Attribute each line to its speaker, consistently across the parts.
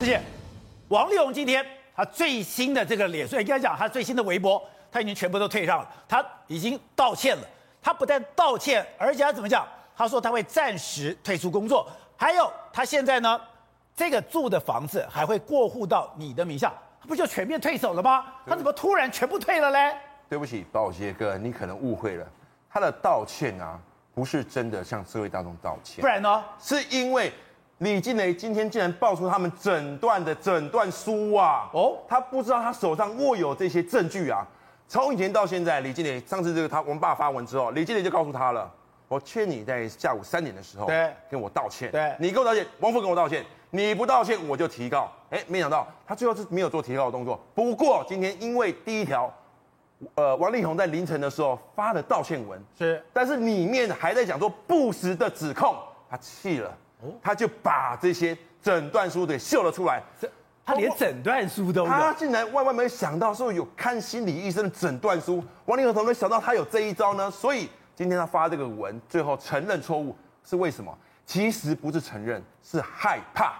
Speaker 1: 谢谢。王力宏今天他最新的这个脸书，应该讲他最新的微博，他已经全部都退让了，他已经道歉了。他不但道歉，而且他怎么讲？他说他会暂时退出工作，还有他现在呢，这个住的房子还会过户到你的名下，他不就全面退守了吗？他怎么突然全部退了嘞？
Speaker 2: 对不起，宝杰哥，你可能误会了，他的道歉啊，不是真的向社会大众道歉
Speaker 1: 不，然呢？
Speaker 2: 是因为李静蕾今天竟然爆出他们诊断的诊断书啊！
Speaker 1: 哦
Speaker 2: 哦，他不知道他手上握有这些证据啊。从以前到现在，李静蕾上次这个他我们爸发文之后，李静蕾就告诉他了，我劝你在下午三点的时候
Speaker 1: 对
Speaker 2: 跟我道歉，
Speaker 1: 对
Speaker 2: 你跟我道歉，王峰跟我道歉，你不道歉我就提告。哎，没想到他最后是没有做提告的动作。不过今天因为第一条，呃，王力宏在凌晨的时候发了道歉文，
Speaker 1: 是
Speaker 2: 但是里面还在讲说不实的指控，他气了，
Speaker 1: 哦
Speaker 2: 他就把这些诊断书给秀了出来。
Speaker 1: 他连诊断书都有。
Speaker 2: 他竟然万万没有想到说有看心理医生的诊断书，王力宏怎么没想到他有这一招呢？所以今天他发这个文，最后承认错误是为什么？其实不是承认，是害怕。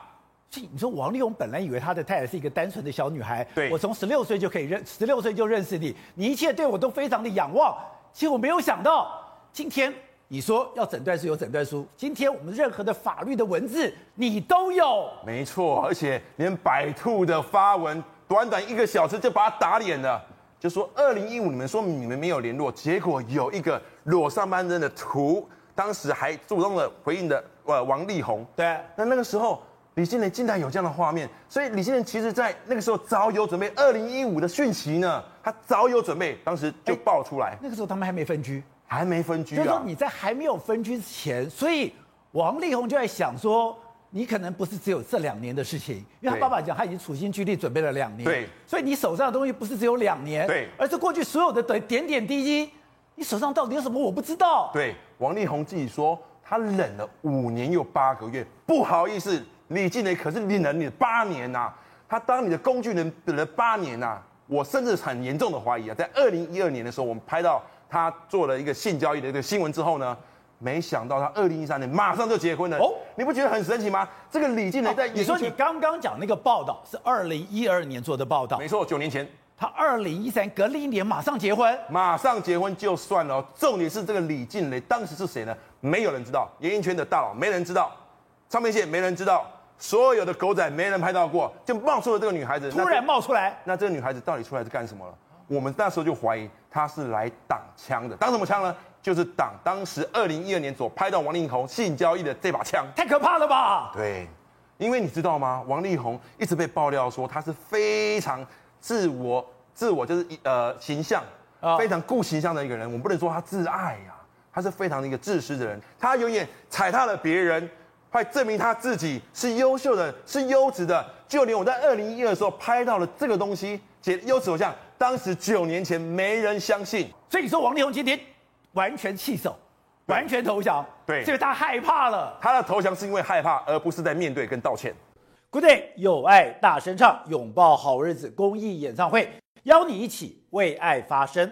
Speaker 1: 所以你说王力宏本来以为他的太太是一个单纯的小女孩，
Speaker 2: 对
Speaker 1: 我从十六岁就可以认，十六岁就认识你，你一切对我都非常的仰望。结果没有想到，今天你说要诊断书有诊断书，今天我们任何的法律的文字你都有，
Speaker 2: 没错，而且连百度的发文，短短一个小时就把他打脸了，就说二零一五你们说你们没有联络，结果有一个裸上半身的图，当时还主动的回应的呃王力宏，
Speaker 1: 对啊
Speaker 2: 那那个时候李金莲竟然有这样的画面，所以李金莲其实在那个时候早有准备，二零一五的讯息呢，他早有准备，当时就爆出来，
Speaker 1: 那个时候他们还没分居，
Speaker 2: 还没分居
Speaker 1: 就是说
Speaker 2: 啊。
Speaker 1: 你在还没有分居之前，所以王力宏就在想说，你可能不是只有这两年的事情，因为他
Speaker 2: 对
Speaker 1: 爸爸讲他已经处心积虑准备了两年，
Speaker 2: 对
Speaker 1: 所以你手上的东西不是只有两年，
Speaker 2: 对
Speaker 1: 而是过去所有的点点点滴滴，你手上到底有什么我不知道，
Speaker 2: 对，王力宏自己说他忍了五年又八个月，不好意思，李静蕾可是忍了你八年呐、他当你的工具人忍了八年呐、我甚至很严重的怀疑啊，在二零一二年的时候，我们拍到他做了一个性交易的一个新闻之后呢。没想到他二零一三年马上就结婚了
Speaker 1: 哦
Speaker 2: 哦，你不觉得很神奇吗？这个李静蕾在
Speaker 1: 你说你
Speaker 2: 演艺圈
Speaker 1: 刚刚讲那个报道是二零一二年做的报道
Speaker 2: 没，错，九年前
Speaker 1: 他二零一三隔了一年马上结婚，
Speaker 2: 马上结婚就算了哦、重点是这个李静蕾当时是谁呢？没有人知道，演艺圈的大佬没人知道，唱片界没人知道，所有的狗仔没人拍到过，就冒出了这个女孩子。
Speaker 1: 突然冒出来，
Speaker 2: 那这，那这个女孩子到底出来是干什么了？我们那时候就怀疑她是来挡枪的，挡什么枪呢？就是挡当时二零一二年所拍到王力宏性交易的这把枪。
Speaker 1: 太可怕了吧？
Speaker 2: 对，因为你知道吗？王力宏一直被爆料说他是非常自我、自我就是一呃形象、
Speaker 1: 啊
Speaker 2: 非常顾形象的一个人。我们不能说他自爱呀、他是非常的一个自私的人。他永远踩踏了别人，快证明他自己是优秀的、是优质的。就连我在二零一二的时候拍到了这个东西，且优质偶像，当时九年前没人相信。
Speaker 1: 所以你说王力宏今天完全弃守，
Speaker 2: 对
Speaker 1: 完全投降，
Speaker 2: 对
Speaker 1: 所以他害怕了。
Speaker 2: 他的投降是因为害怕，而不是在面对跟道歉。
Speaker 1: Good Day 有爱大声唱，拥抱好日子公益演唱会，邀你一起为爱发声。